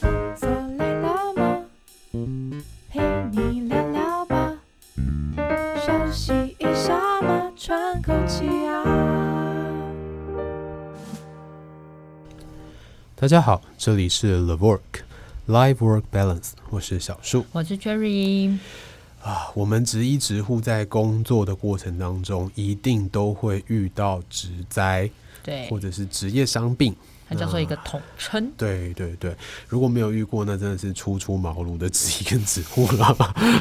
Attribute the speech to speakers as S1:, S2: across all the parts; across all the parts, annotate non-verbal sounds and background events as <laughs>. S1: 坐累了吗？陪你聊聊吧，休息一下嘛，喘口气啊。
S2: 大家好，这里是 The Work Live Work Balance，我是小树
S3: 我是 Cherry，
S2: 啊。我们直一直户在工作的过程当中，一定都会遇到职灾
S3: 对
S2: 或，者是职业伤病。
S3: 它叫做一个
S2: 嗯
S3: 统称。
S2: 对对对，如果没有遇过，那真的是初出茅庐的职业跟职务了。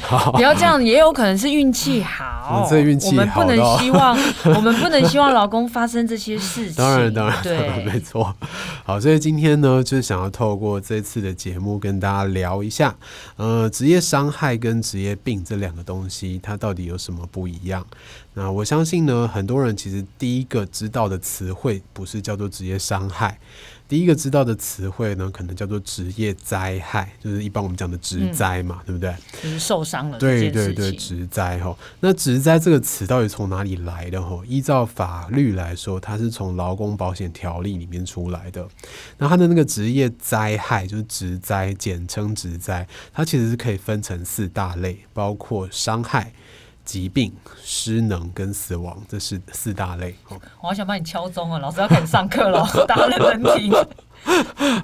S2: 好
S3: 不，要这样，也有可能是运气好。
S2: 嗯这运气
S3: 我们
S2: 好
S3: 不
S2: 到
S3: 能
S2: <laughs>
S3: 希望，我们不能希望老公发生这些事情。
S2: 当然当然，当然没
S3: 对，
S2: 错。好，所以今天呢，就是想要透过这次的节目跟大家聊一下，呃，职业伤害跟职业病这两个东西，它到底有什么不一样？那我相信呢，很多人其实第一个知道的词汇不是叫做职业伤害，第一个知道的词汇呢，可能叫做职业灾害，就是一般我们讲的职灾嘛，对不对？
S3: 就是受伤了这
S2: 对
S3: 件
S2: 对
S3: 事
S2: 对，
S3: 情。
S2: 职灾哈。那职灾这个词到底从哪里来的哈？依照法律来说，它是从劳工保险条例里面出来的。那它的那个职业灾害，就是职灾，简称职灾，它其实是可以分成四大类，包括伤害。疾病、失能跟死亡，这是四大类。哦
S3: 我好想把你敲钟了，老师要开始上课
S2: <laughs>
S3: 了，大家认真听。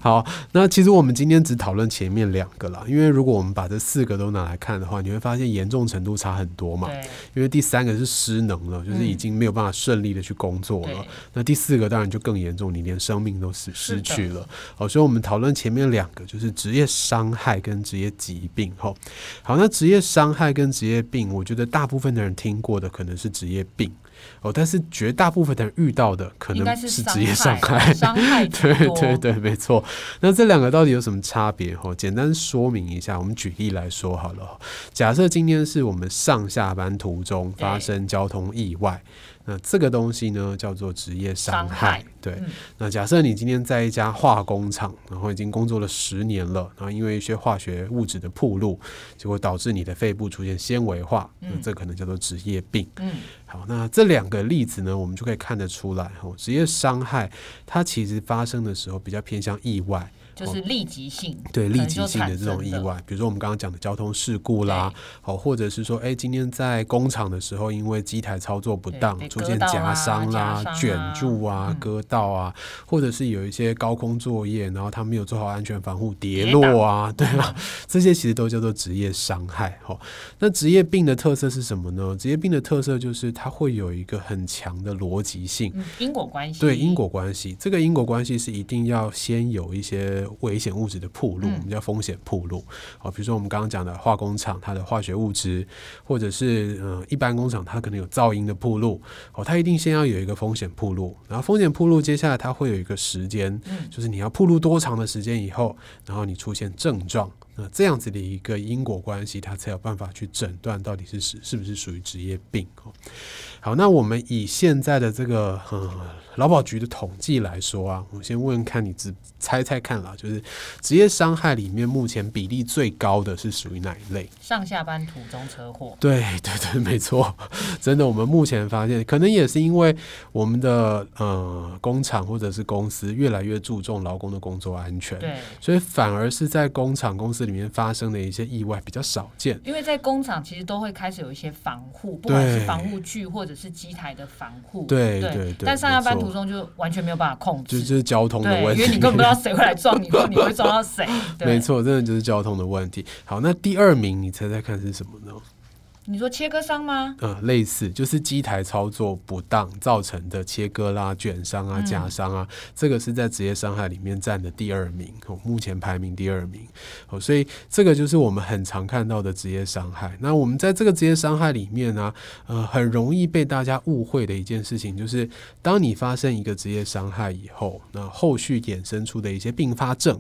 S2: 好，那其实我们今天只讨论前面两个啦，因为如果我们把这四个都拿来看的话，你会发现严重程度差很多嘛。
S3: 对
S2: 因为第三个是失能了，就是已经没有办法顺利的去工作了。
S3: 嗯对
S2: 那第四个当然就更严重，你连生命都失
S3: 是
S2: 失
S3: 的
S2: 去了。好，所以我们讨论前面两个，就是职业伤害跟职业疾病。吼，好，那职业伤害跟职业病，我觉得大部分的人听过的可能是职业病哦，但是绝大部分的人遇到的可
S3: 应该
S2: 能
S3: 是
S2: 职业伤
S3: 伤
S2: 害。
S3: 伤害居
S2: <laughs> 对
S3: 多
S2: 对对，没错。那这两个到底有什么差别？哈，简单说明一下。我们举例来说好了哦。假设今天是我们上下班途中发生交通意外，那这个东西呢叫做职业伤
S3: 伤
S2: 害。
S3: 害
S2: 对。
S3: 嗯
S2: 那假设你今天在一家化工厂，然后已经工作了十年了，然后因为一些化学物质的暴露，结果导致你的肺部出现纤维化，那这可能叫做职业病。
S3: 嗯，
S2: 好，那这两个例子呢，我们就可以看得出来，哦，职业伤害它其实发生的时候比较偏向意外，
S3: 就是立即性，
S2: 哦对
S3: 可能
S2: 立即
S3: 就
S2: 性的
S3: 产
S2: 这种
S3: 生
S2: 意
S3: 的，
S2: 外，比如说我们刚刚讲的交通事故啦，好，或者是说，哎，今天在工厂的时候，因为机台操作不
S3: 对
S2: 当
S3: 被
S2: 出
S3: 割
S2: 现
S3: 到
S2: 夹
S3: 啦
S2: 伤
S3: 夹
S2: 啦、
S3: 伤
S2: 卷
S3: 啊
S2: 住啊、
S3: 嗯
S2: 割到啊，或者是有一些高空作业，然后他没有做好安全防护，跌
S3: 跌嗯
S2: 落啊，对啊，这些其实都叫做职业伤害。哈、那职业病的特色是什么呢？职业病的特色就是它会有一个很强的逻辑性。
S3: 嗯，因果关系，
S2: 对因果关系，这个因果关系是一定要先有一些危险物质的铺路，
S3: 嗯
S2: 我们叫风险铺路。好、比如说我们刚刚讲的化工厂，它的化学物质，或者是呃一般工厂，它可能有噪音的铺路。哦，它一定先要有一个风险铺路，然后风险铺路接下来它会有一个时间，
S3: 嗯
S2: 就是你要铺路多长的时间以后，然后你出现症状。那这样子的一个因果关系，它才有办法去诊断到底是是是不是属于职业病哦。好，那我们以现在的这个呃劳保局的统计来说啊，我先问看你只猜猜看啦，就是职业伤害里面目前比例最高的是属于哪一类？
S3: 上下班途中车祸，
S2: 对对对，没错，真的，我们目前发现，可能也是因为我们的呃工厂或者是公司越来越注重劳工的工作安全，
S3: 对，
S2: 所以反而是在工厂公司里面发生的一些意外比较少见。
S3: 因为在工厂其实都会开始有一些防护，不管
S2: 对
S3: 是防护具或者是机台的防护。
S2: 对对对
S3: 但上下班
S2: 没错
S3: 途中就完全没有办法控
S2: 就
S3: 制。
S2: 就是交通的
S3: 对，
S2: 问
S3: 因
S2: 题，
S3: 为你根本不知
S2: <laughs>
S3: 道谁会来撞你，或你会撞到谁。对
S2: 没，错，真的就是交通的问题。好，那第二名你猜猜看是什么呢？
S3: 你说切割伤吗？
S2: 呃，类似就是机台操作不当造成的切割啦、卷伤啊、夹伤啊，这个是在职业伤害里面占的第二名，哦，目前排名第二名。哦，所以这个就是我们很常看到的职业伤害。那我们在这个职业伤害里面呢、呃，很容易被大家误会的一件事情就是，当你发生一个职业伤害以后，那后续衍生出的一些并发症。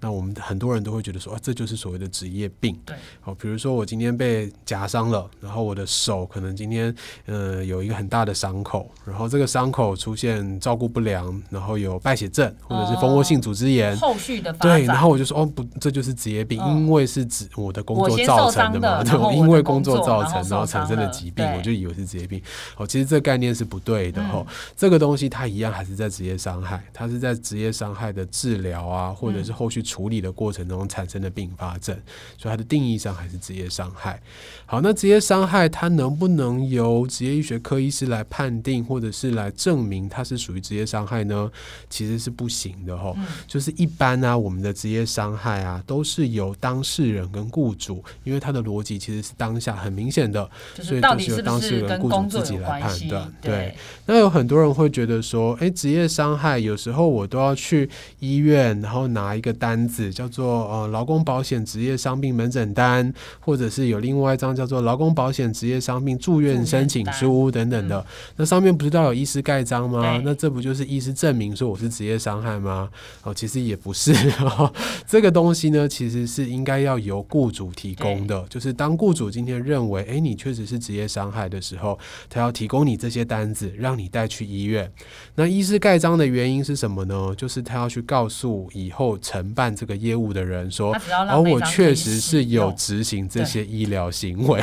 S2: 那我们很多人都会觉得说，啊，这就是所谓的职业病。
S3: 对，
S2: 好，比如说我今天被夹伤了，了，然后我的手可能今天呃有一个很大的伤口，然后这个伤口出现照顾不良，然后有败血症或者是蜂窝性组织炎。
S3: 后续的发
S2: 嗯
S3: 展。
S2: 对，然后我就说哦不，这就是职业病，
S3: 嗯
S2: 因为是指我的工
S3: 我
S2: 作
S3: 先
S2: 造
S3: 受
S2: 成
S3: 伤
S2: 的嘛，<laughs>
S3: 的
S2: 对
S3: 然
S2: 我
S3: 后我
S2: 因
S3: 的
S2: 为
S3: 工
S2: 工作
S3: 作
S2: 造
S3: 然后
S2: 成，
S3: 受
S2: 然后产
S3: 伤
S2: 生了
S3: 了
S2: 疾病，
S3: 对
S2: 我就以为是职业病。哦，其实这概念是不对的哦
S3: 嗯，
S2: 这个东西它一样还是在职业伤害，它是在职业伤害的治疗啊，或者是
S3: 嗯
S2: 后续处理的过程中产生的并发症，所以它的定义上还是职业伤害。好，那职业伤害它能不能由职业医学科医师来判定，或者是来证明它是属于职业伤害呢？其实是不行的哦。
S3: 嗯
S2: 就是一般呢、我们的职业伤害啊，都是由当事人跟雇主，因为它的逻辑其实是当下很明显的。
S3: 就
S2: 所以
S3: 是到
S2: 就
S3: 底
S2: 是由
S3: 是不
S2: 当事
S3: 是
S2: 人
S3: 跟
S2: 雇主
S3: 工作
S2: 自己
S3: 有
S2: 来
S3: 关
S2: 判
S3: 系
S2: 断？对
S3: 对，
S2: 那有很多人会觉得说，诶，职业伤害有时候我都要去医院，然后拿一个单子叫做呃劳工保险职业伤病门诊单，或者是有另外一张叫做劳工保险职业伤病住院申请书等等的。那上面不是都要有医师盖章吗
S3: 对？
S2: 那这不就是医师证明说我是职业伤害吗？哦，其实也不是、哦，这个东西呢，其实是应该要由雇主提供的，就是当雇主今天认为，诶，你确实是职业伤害的时候，他要提供你这些单子，让你带去医院。那医师盖章的原因是什么呢？就是他要去告诉以后承办这个业务的人说
S3: 他，只要
S2: 而、
S3: 让
S2: 我
S3: 那张
S2: 确
S3: 可以
S2: 实
S3: 使
S2: 是有
S3: 用
S2: 执行这
S3: 对
S2: 些医疗行为。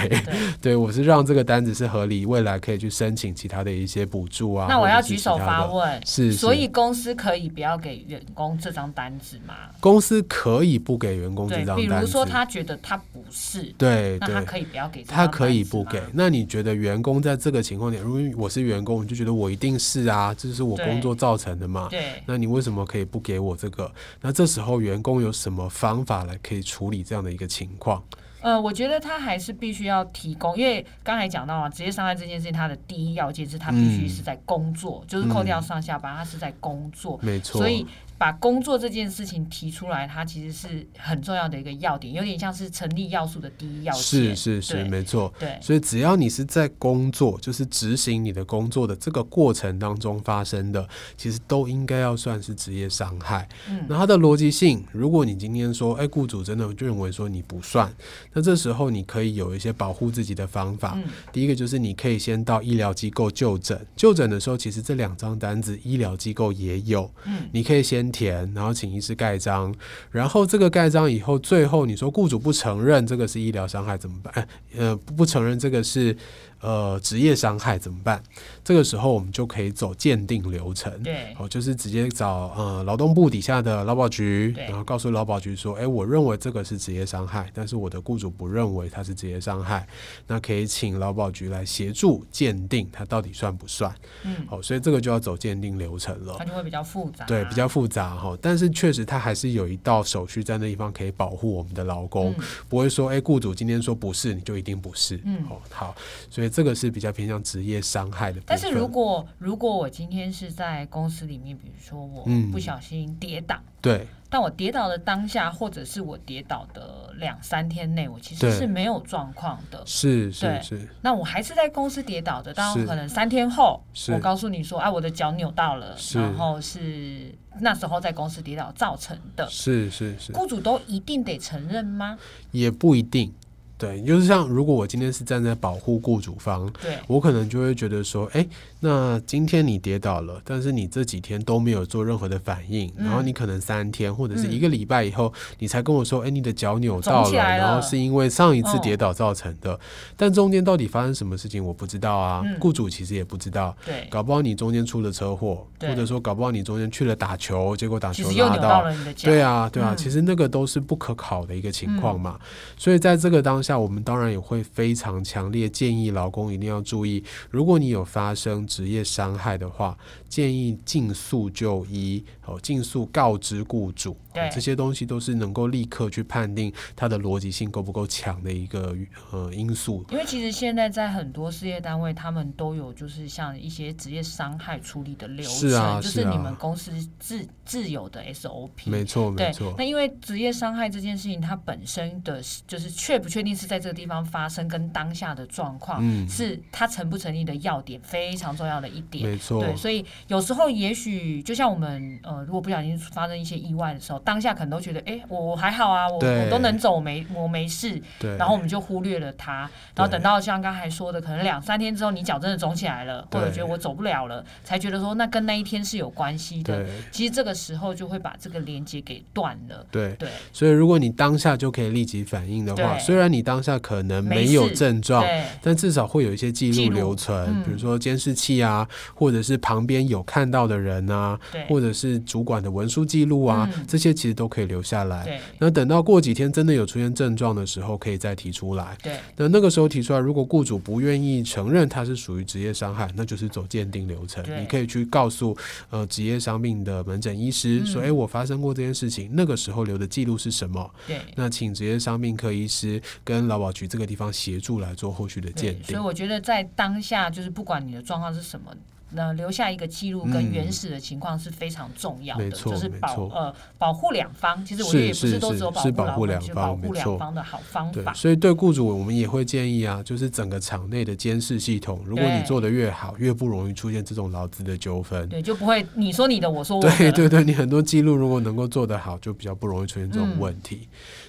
S2: <laughs>
S3: 对
S2: 对，我是让这个单子是合理，未来可以去申请其他的一些补助啊。
S3: 那我
S2: 或者
S3: 要
S2: 是
S3: 举
S2: 其
S3: 手
S2: 他
S3: 发
S2: 的。
S3: 问，
S2: 是
S3: 所
S2: 是
S3: 以公司可以不要给员工这张单子吗？
S2: 公司可以不给员工这
S3: 对，
S2: 张单子，
S3: 比如说他觉得他不是，
S2: 对
S3: 那
S2: 对
S3: 他可以不要给这张
S2: 他
S3: 单子吗
S2: 可以不给。那你觉得员工在这个情况点，如果我是员工，我就觉得我一定是啊，这是我
S3: 对
S2: 工作造成的嘛。
S3: 对，
S2: 那你为什么可以不给我这个？那这时候员工有什么方法来可以处理这样的一个情况？
S3: 呃，我觉得他还是必须要提供，因为刚才讲到啊，职业伤害这件事情，它的第一要件是他必须
S2: 嗯
S3: 是在工作，就是扣掉
S2: 嗯
S3: 上下班，他是在工作。
S2: 没错，
S3: 所以把工作这件事情提出来，它其实是很重要的一个要点，有点像是成立要素的第一要件。
S2: 是是是，
S3: 对
S2: 没错。
S3: 对
S2: 所以只要你是在工作，就是执行你的工作的这个过程当中发生的，其实都应该要算是职业伤害。
S3: 嗯
S2: 那它的逻辑性，如果你今天说，哎，雇主真的就认为说你不算，那这时候你可以有一些保护自己的方法。
S3: 嗯
S2: 第一个就是你可以先到医疗机构就诊，就诊的时候，其实这两张单子医疗机构也有，
S3: 嗯，
S2: 你可以先填，然后请医师盖章，然后这个盖章以后，最后你说雇主不承认这个是医疗伤害怎么办？呃，不不承认这个是呃职业伤害怎么办？这个时候我们就可以走鉴定流程。
S3: 对，
S2: 哦，就是直接找呃劳动部底下的劳保局，
S3: 对
S2: 然后告诉劳保局说，哎，我认为这个是职业伤害，但是我的雇主不认为它是职业伤害，那可以请劳保局来协助鉴定它到底算不算。
S3: 嗯，
S2: 好、所以这个就要走鉴定流程了
S3: 它。就会比较复杂，嗯
S2: 对，比较复杂哈，但是确实它还是有一道手续在那地方可以保护我们的劳工，
S3: 嗯
S2: 不会说，哎、雇主今天说不是，你就一定不是。
S3: 嗯
S2: 哦，好，所以这个是比较偏向职业伤害的部分。
S3: 但是如果如果我今天是在公司里面，比如说我
S2: 嗯
S3: 不小心跌倒，
S2: 对
S3: 但我跌倒的当下，或者是我跌倒的两三天内，我其实
S2: 对
S3: 是没有状况的。
S2: 是是
S3: 对
S2: 是，
S3: 那我还是在公司跌倒的，但
S2: 是
S3: 可能三天后，
S2: 是
S3: 我告诉你说，哎、我的脚扭到了，
S2: 是
S3: 然后是那时候在公司跌倒造成的。
S2: 是是是，
S3: 雇主都一定得承认吗？
S2: 也不一定。对，就是像如果我今天是站在保护雇主方，
S3: 对，
S2: 我可能就会觉得说，哎，那今天你跌倒了，但是你这几天都没有做任何的反应，
S3: 嗯
S2: 然后你可能三天或者是一个礼拜以后，你才跟我说，哎，你的脚扭到
S3: 肿起来了哦
S2: 然后是因为上一次跌倒造成的，但中间到底发生什么事情我不知道啊，
S3: 嗯
S2: 雇主其实也不知道。
S3: 对，
S2: 搞不好你中间出了车祸，
S3: 对
S2: 或者说搞不好你中间去了打球，结果打
S3: 其
S2: 球
S3: 实又
S2: 拉
S3: 扭到了你的脚。
S2: 对啊，对啊，
S3: 嗯
S2: 其实那个都是不可考的一个情况嘛。所以在这个当下，我们当然也会非常强烈建议劳工一定要注意，如果你有发生职业伤害的话，建议尽速就医，哦，尽速告知雇主。哦
S3: 对
S2: 这些东西都是能够立刻去判定它的逻辑性够不够强的一个呃因素。
S3: 因为其实现在在很多事业单位，他们都有就是像一些职业伤害处理的流程，
S2: 是啊
S3: 就是是
S2: 啊
S3: 你们公司自自有的 SOP。
S2: 没错，没
S3: 对
S2: 错，，
S3: 那因为职业伤害这件事情，它本身的就是确不确定是在这个地方发生，跟当下的状况、
S2: 嗯
S3: 是它成不成立的要点，非常重要的一点。
S2: 没错，
S3: 对，所以有时候也许就像我们呃，如果不小心发生一些意外的时候，当下可能都觉得，哎、我我还好啊，我
S2: 对
S3: 我都能走，我没我没事，
S2: 对，
S3: 然后我们就忽略了它，然后等到像刚才说的，可能两三天之后你脚真的肿起来了，或者
S2: 对
S3: 觉得我走不了了，才觉得说那跟那一天是有关系的。
S2: 对
S3: 其实这个时候就会把这个连接给断了，
S2: 对，
S3: 对
S2: 所以如果你当下就可以立即反应的话，
S3: 对
S2: 虽然你当下可能
S3: 没
S2: 没有
S3: 事
S2: 症状，
S3: 对
S2: 但至少会有一些记
S3: 记
S2: 录
S3: 录
S2: 留存，
S3: 嗯
S2: 比如说监视器啊，或者是旁边有看到的人啊，
S3: 对
S2: 或者是主管的文书记录啊，
S3: 嗯
S2: 这些其实都可以留下来。
S3: 对
S2: 那等到过几天真的有出现症状的时候，可以再提出来。
S3: 对
S2: 那那个时候提出来，如果雇主不愿意承认它是属于职业伤害，那就是走鉴定流程。
S3: 对
S2: 你可以去告诉呃职业伤病的门诊医师说：“
S3: 嗯
S2: 诶，我发生过这件事情，那个时候留的记录是什么
S3: 对。？”
S2: 那请职业伤病科医师跟劳保局这个地方协助来做后续的鉴
S3: 对，所以
S2: 定。
S3: 我觉得在当下，就是不管你的状况是什么，那留下一个记录跟
S2: 嗯
S3: 原始的情况是非常重要的，
S2: 没错
S3: 就是
S2: 没
S3: 保
S2: 错
S3: 呃保护两方。其实我觉得
S2: 是
S3: 也不
S2: 是
S3: 都
S2: 是
S3: 只有
S2: 是
S3: 护
S2: 保
S3: 劳
S2: 护
S3: 工
S2: 两
S3: 就是
S2: 方
S3: 保
S2: 没
S3: 护两
S2: 错
S3: 方的好方
S2: 对，
S3: 法。
S2: 所以对雇主，我们也会建议啊，就是整个场内的监视系统，如果你
S3: 对
S2: 做得越好，越不容易出现这种劳资的纠纷。
S3: 对，就不会你说你的，我说我的了。
S2: 对对对，你很多记录如果能够做得好，就比较不容易出现这种
S3: 嗯
S2: 问题。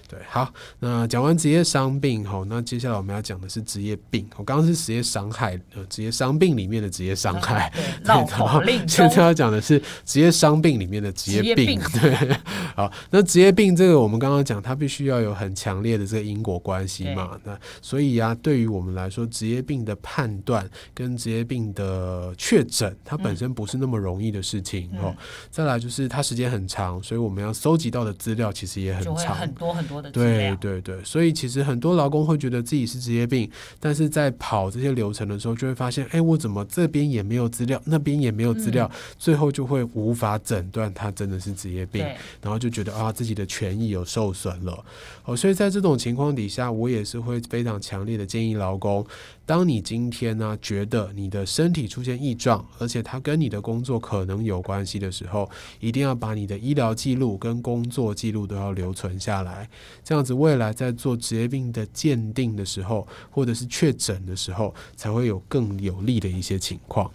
S2: 对，好，那讲完职业伤病吼，那接下来我们要讲的是职业病。我刚刚是职业伤害，呃，职业伤病里面的职业
S3: 嗯
S2: 伤害。
S3: 对，
S2: 对
S3: 绕
S2: 然
S3: 口
S2: 后
S3: 令
S2: 现
S3: 中
S2: 在要讲的是职业伤病里面的职业病。
S3: 职
S2: 对，好，那职业病这个我们刚刚讲，它必须要有很强烈的这个因果关系嘛。那所以啊，对于我们来说，职业病的判断跟职业病的确诊，它本身不是那么容易的事情、
S3: 嗯
S2: 哦。再来就是它时间很长，所以我们要搜集到的资料其实也很
S3: 就会
S2: 长。
S3: 很多很多的资
S2: 对
S3: 料。
S2: 对对，所以其实很多劳工会觉得自己是职业病，但是在跑这些流程的时候，就会发现，哎，我怎么这边也没有资料，那边也没有资料，
S3: 嗯
S2: 最后就会无法诊断他真的是职业病，
S3: 对
S2: 然后就觉得啊自己的权益有受损了。哦，所以在这种情况底下，我也是会非常强烈的建议劳工，当你今天呢、觉得你的身体出现异状，而且它跟你的工作可能有关系的时候，一定要把你的医疗记录跟工作记录都要留存下来。这样子，未来在做职业病的鉴定的时候，或者是确诊的时候，才会有更有利的一些情况。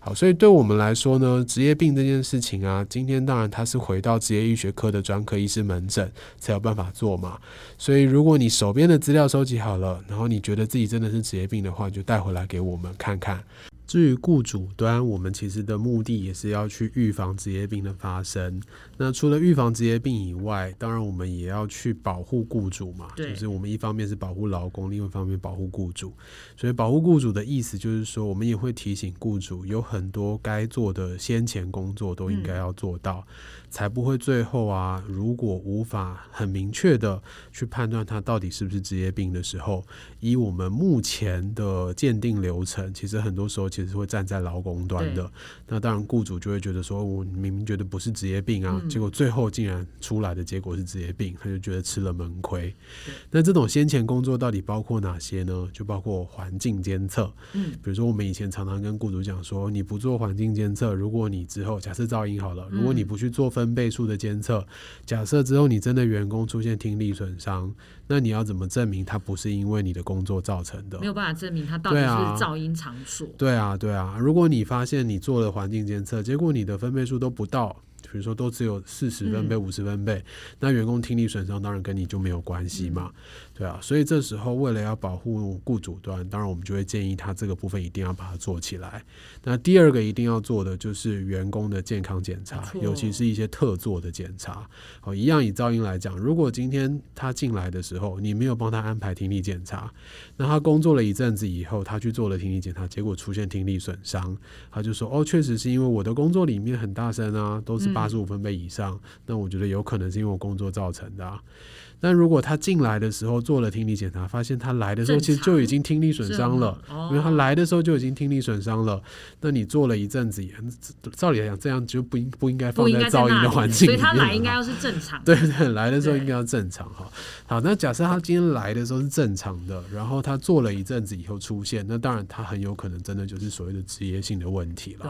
S2: 好，所以对我们来说呢，职业病这件事情啊，今天当然它是回到职业医学科的专科医师门诊才有办法做嘛。所以如果你手边的资料收集好了，然后你觉得自己真的是职业病的话，你就带回来给我们看看。至于雇主端，我们其实的目的也是要去预防职业病的发生。那除了预防职业病以外，当然我们也要去保护雇主嘛，
S3: 对
S2: 就是我们一方面是保护劳工，另外一方面保护雇主。所以保护雇主的意思就是说，我们也会提醒雇主有很多该做的先前工作都应该要做到，才不会最后啊，如果无法很明确的去判断他到底是不是职业病的时候，以我们目前的鉴定流程，其实很多时候其实会站在劳工端的
S3: 对。
S2: 那当然，雇主就会觉得说，我明明觉得不是职业病啊，
S3: 嗯
S2: 结果最后竟然出来的结果是职业病，他就觉得吃了闷亏。那这种先前工作到底包括哪些呢？就包括环境监测，
S3: 嗯，
S2: 比如说我们以前常常跟雇主讲说，你不做环境监测，如果你之后假设噪音好了，
S3: 嗯
S2: 如果你不去做分贝数的监测，假设之后你真的员工出现听力损伤，那你要怎么证明它不是因为你的工作造成的
S3: 没？有办法证明它到底
S2: 对
S3: 是
S2: 啊
S3: 不是噪音场所。
S2: 对啊，对啊。如果你发现你做了环境监测，结果你的分贝数都不到，比如说都只有四十分
S3: 嗯
S2: 贝、五十分贝，那员工听力损伤当然跟你就没有关系嘛。对啊，所以这时候为了要保护雇主端，当然我们就会建议他这个部分一定要把它做起来。那第二个一定要做的就是员工的健康检查
S3: 没，错
S2: 尤其是一些特做的检查。哦，一样以噪音来讲，如果今天他进来的时候，你没有帮他安排听力检查，那他工作了一阵子以后，他去做了听力检查，结果出现听力损伤，他就说：“哦，确实是因为我的工作里面很大声啊，都是
S3: 嗯
S2: 八十五分贝以上，那我觉得有可能是因为我工作造成的、啊。”但如果他进来的时候做了听力检查，发现他来的时候
S3: 正
S2: 其
S3: 常
S2: 实就已经听力损伤了，
S3: 是吗
S2: 因为他
S3: 哦
S2: 来的时候就已经听力损伤了。那你做了一阵子以后，照理来讲，这样就不应不应该放
S3: 不应该在
S2: 噪音
S3: 那
S2: 的
S3: 里
S2: 环境里
S3: 所以
S2: 面了
S3: 它
S2: 嘛。
S3: 来应该要是正
S2: <laughs>
S3: 常的。
S2: 对对，来的时候
S3: 对
S2: 应该要正常哈。好，那假设他今天来的时候是正常的，然后他做了一阵子以后出现，那当然他很有可能真的就是所谓的职业性的问题了。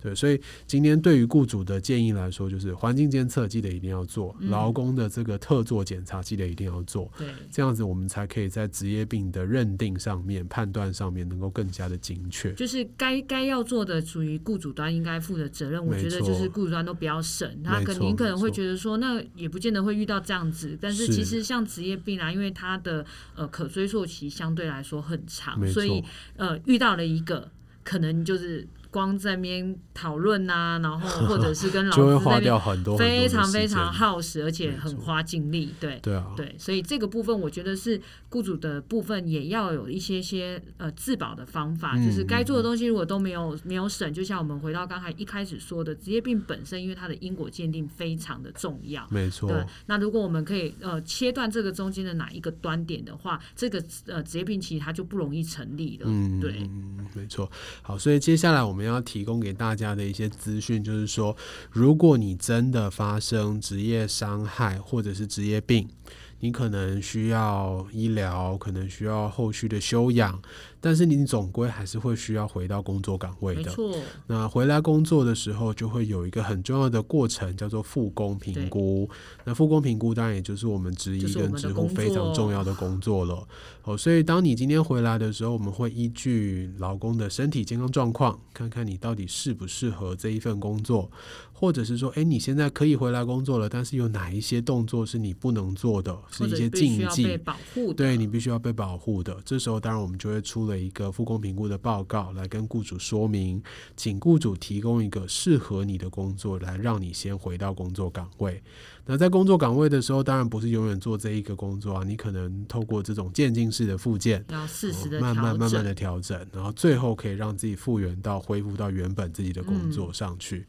S3: 对
S2: 对，所以今天对于雇主的建议来来说，就是环境监测记得一定要做，
S3: 嗯
S2: 劳工的这个特作检查记得一定要做，
S3: 对，
S2: 这样子我们才可以在职业病的认定上面、判断上面能够更加的精确。
S3: 就是该该要做的，属于雇主端应该负的责任，我
S2: 没
S3: 觉得
S2: 错
S3: 就是雇主端都不要省，他可
S2: 没错
S3: 能可能会
S2: 没错
S3: 觉得说，那也不见得会遇到这样子，但是
S2: 是
S3: 其实像职业病啊，因为它的呃可追溯期相对来说很长，
S2: 没
S3: 所以
S2: 错，
S3: 呃遇到了一个，可能就是光在那边讨论呐，然后或者是跟老
S2: <laughs> 就会
S3: 师在那
S2: 花
S3: 边
S2: 掉很多很多的
S3: 非常非
S2: 时间
S3: 常耗时，而且
S2: 没
S3: 很
S2: 错
S3: 花精力，对。
S2: 对啊，
S3: 对，所以这个部分我觉得是雇主的部分也要有一些些呃自保的方法，
S2: 嗯
S3: 就是该做的东西如果都没有没有审，就像我们回到刚才一开始说的，职业病本身因为它的因果鉴定非常的重要。
S2: 没错，
S3: 对，那如果我们可以呃切断这个中间的哪一个端点的话，这个呃职业病其实它就不容易成立了。
S2: 嗯，
S3: 对，
S2: 嗯没错。好，所以接下来我们要提供给大家的一些资讯，就是说，如果你真的发生职业伤害或者是职业病，你可能需要医疗，可能需要后续的休养，但是你总归还是会需要回到工作岗位
S3: 没
S2: 的。
S3: 错，
S2: 那回来工作的时候，就会有一个很重要的过程，叫做复工评估。那复工评估当然也就是我们职
S3: 就
S2: 医
S3: 是我们
S2: 跟
S3: 的
S2: 职护
S3: 工作
S2: 非常重要的工作了。哦，所以当你今天回来的时候，我们会依据劳工的身体健康状况，看看你到底适不适合这一份工作，或者是说，诶，你现在可以回来工作了，但是有哪一些动作是你不能做的，是
S3: 或
S2: 一
S3: 者
S2: 些
S3: 必须
S2: 禁
S3: 要
S2: 忌
S3: 被。保护的。
S2: 对你必须要被保护的。这时候，当然我们就会出了一个复工评估的报告，来跟雇主说明，请雇主提供一个适合你的工作，来让你先回到工作岗位。那在工作岗位的时候，当然不是永远做这一个工作啊，你可能透过这种渐进式的复健。
S3: 要适时
S2: 哦
S3: 的调
S2: 慢
S3: 整，
S2: 慢慢慢的调整，然后最后可以让自己复原到恢复到原本自己的
S3: 嗯
S2: 工作上去。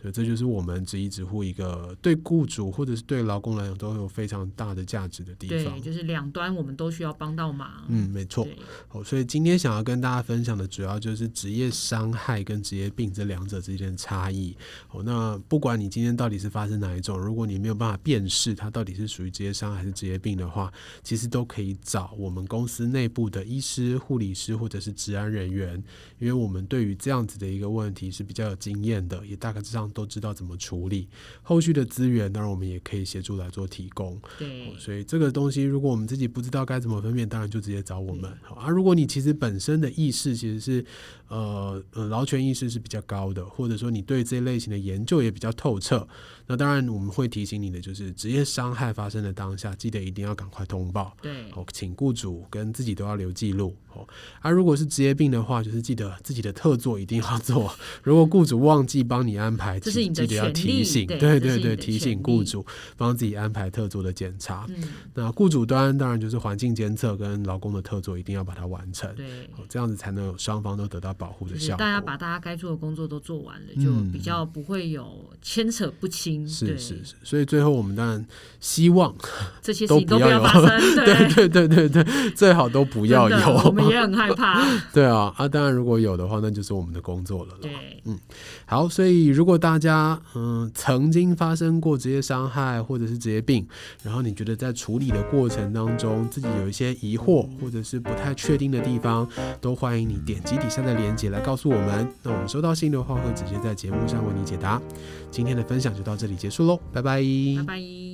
S2: 对，这就是我们职一职护一个对雇主或者是对劳工来讲都有非常大的价值的地方
S3: 对，。就是两端我们都需要帮到忙。
S2: 嗯，没错。
S3: 对，
S2: 哦，所以今天想要跟大家分享的主要就是职业伤害跟职业病这两者之间的差异。哦，那不管你今天到底是发生哪一种，如果你没有办法辨识它到底是属于职业伤害还是职业病的话，其实都可以找我们公司内部的医师、护理师或者是治安人员，因为我们对于这样子的一个问题是比较有经验的，也大概知道都知道怎么处理。后续的资源，当然我们也可以协助来做提供。
S3: 对
S2: 哦，所以这个东西，如果我们自己不知道该怎么分辨，当然就直接找我们。好啊，如果你其实本身的意识其实是，呃呃，劳权意识是比较高的，或者说你对这一类型的研究也比较透彻，那当然我们会提醒你的就是，职业伤害发生的当下，记得一定要赶快通报。
S3: 对，
S2: 哦，请雇主跟自己都要留记录哦。啊，如果是职业病的话，就是记得自己的特作一定要做。如果雇主忘记帮你安排，
S3: 这
S2: 记
S3: 是你的
S2: 记得要
S3: 权
S2: 提
S3: 利
S2: 醒，
S3: 对
S2: 对
S3: 这是
S2: 对
S3: 你
S2: 对，
S3: 的
S2: 提
S3: 权
S2: 醒雇
S3: 利
S2: 主帮自己安排特作的检查。
S3: 嗯，
S2: 那雇主端当然就是环境监测跟劳工的特作一定要把它完成，
S3: 对。
S2: 哦这样子才能有双方都得到保护的
S3: 就是
S2: 效果。
S3: 大家把大家该做的工作都做完了，就
S2: 嗯
S3: 比较不会有牵扯不清。对
S2: 是是是，所以最后我们当然希
S3: <laughs>
S2: 望，
S3: 这些事
S2: 都
S3: 情都
S2: 不
S3: 不
S2: 要
S3: 要
S2: 有
S3: 发生。
S2: <laughs> 对对对对对，最好都不
S3: 不
S2: 要
S3: 我们
S2: 有。
S3: 也很害怕。
S2: <laughs> 对啊啊，当然如果有的话，那就是我们的工作了啦。
S3: 对，
S2: 好，所以如果大家嗯、曾经发生过职业伤害或者是职业病，然后你觉得在处理的过程当中自己有一些疑惑或者是不太确定的地方，都欢迎你点击底下的链接来告诉我们。那我们收到信的话，会直接在节目上为你解答。今天的分享就到这里结束喽，拜拜
S3: 拜拜。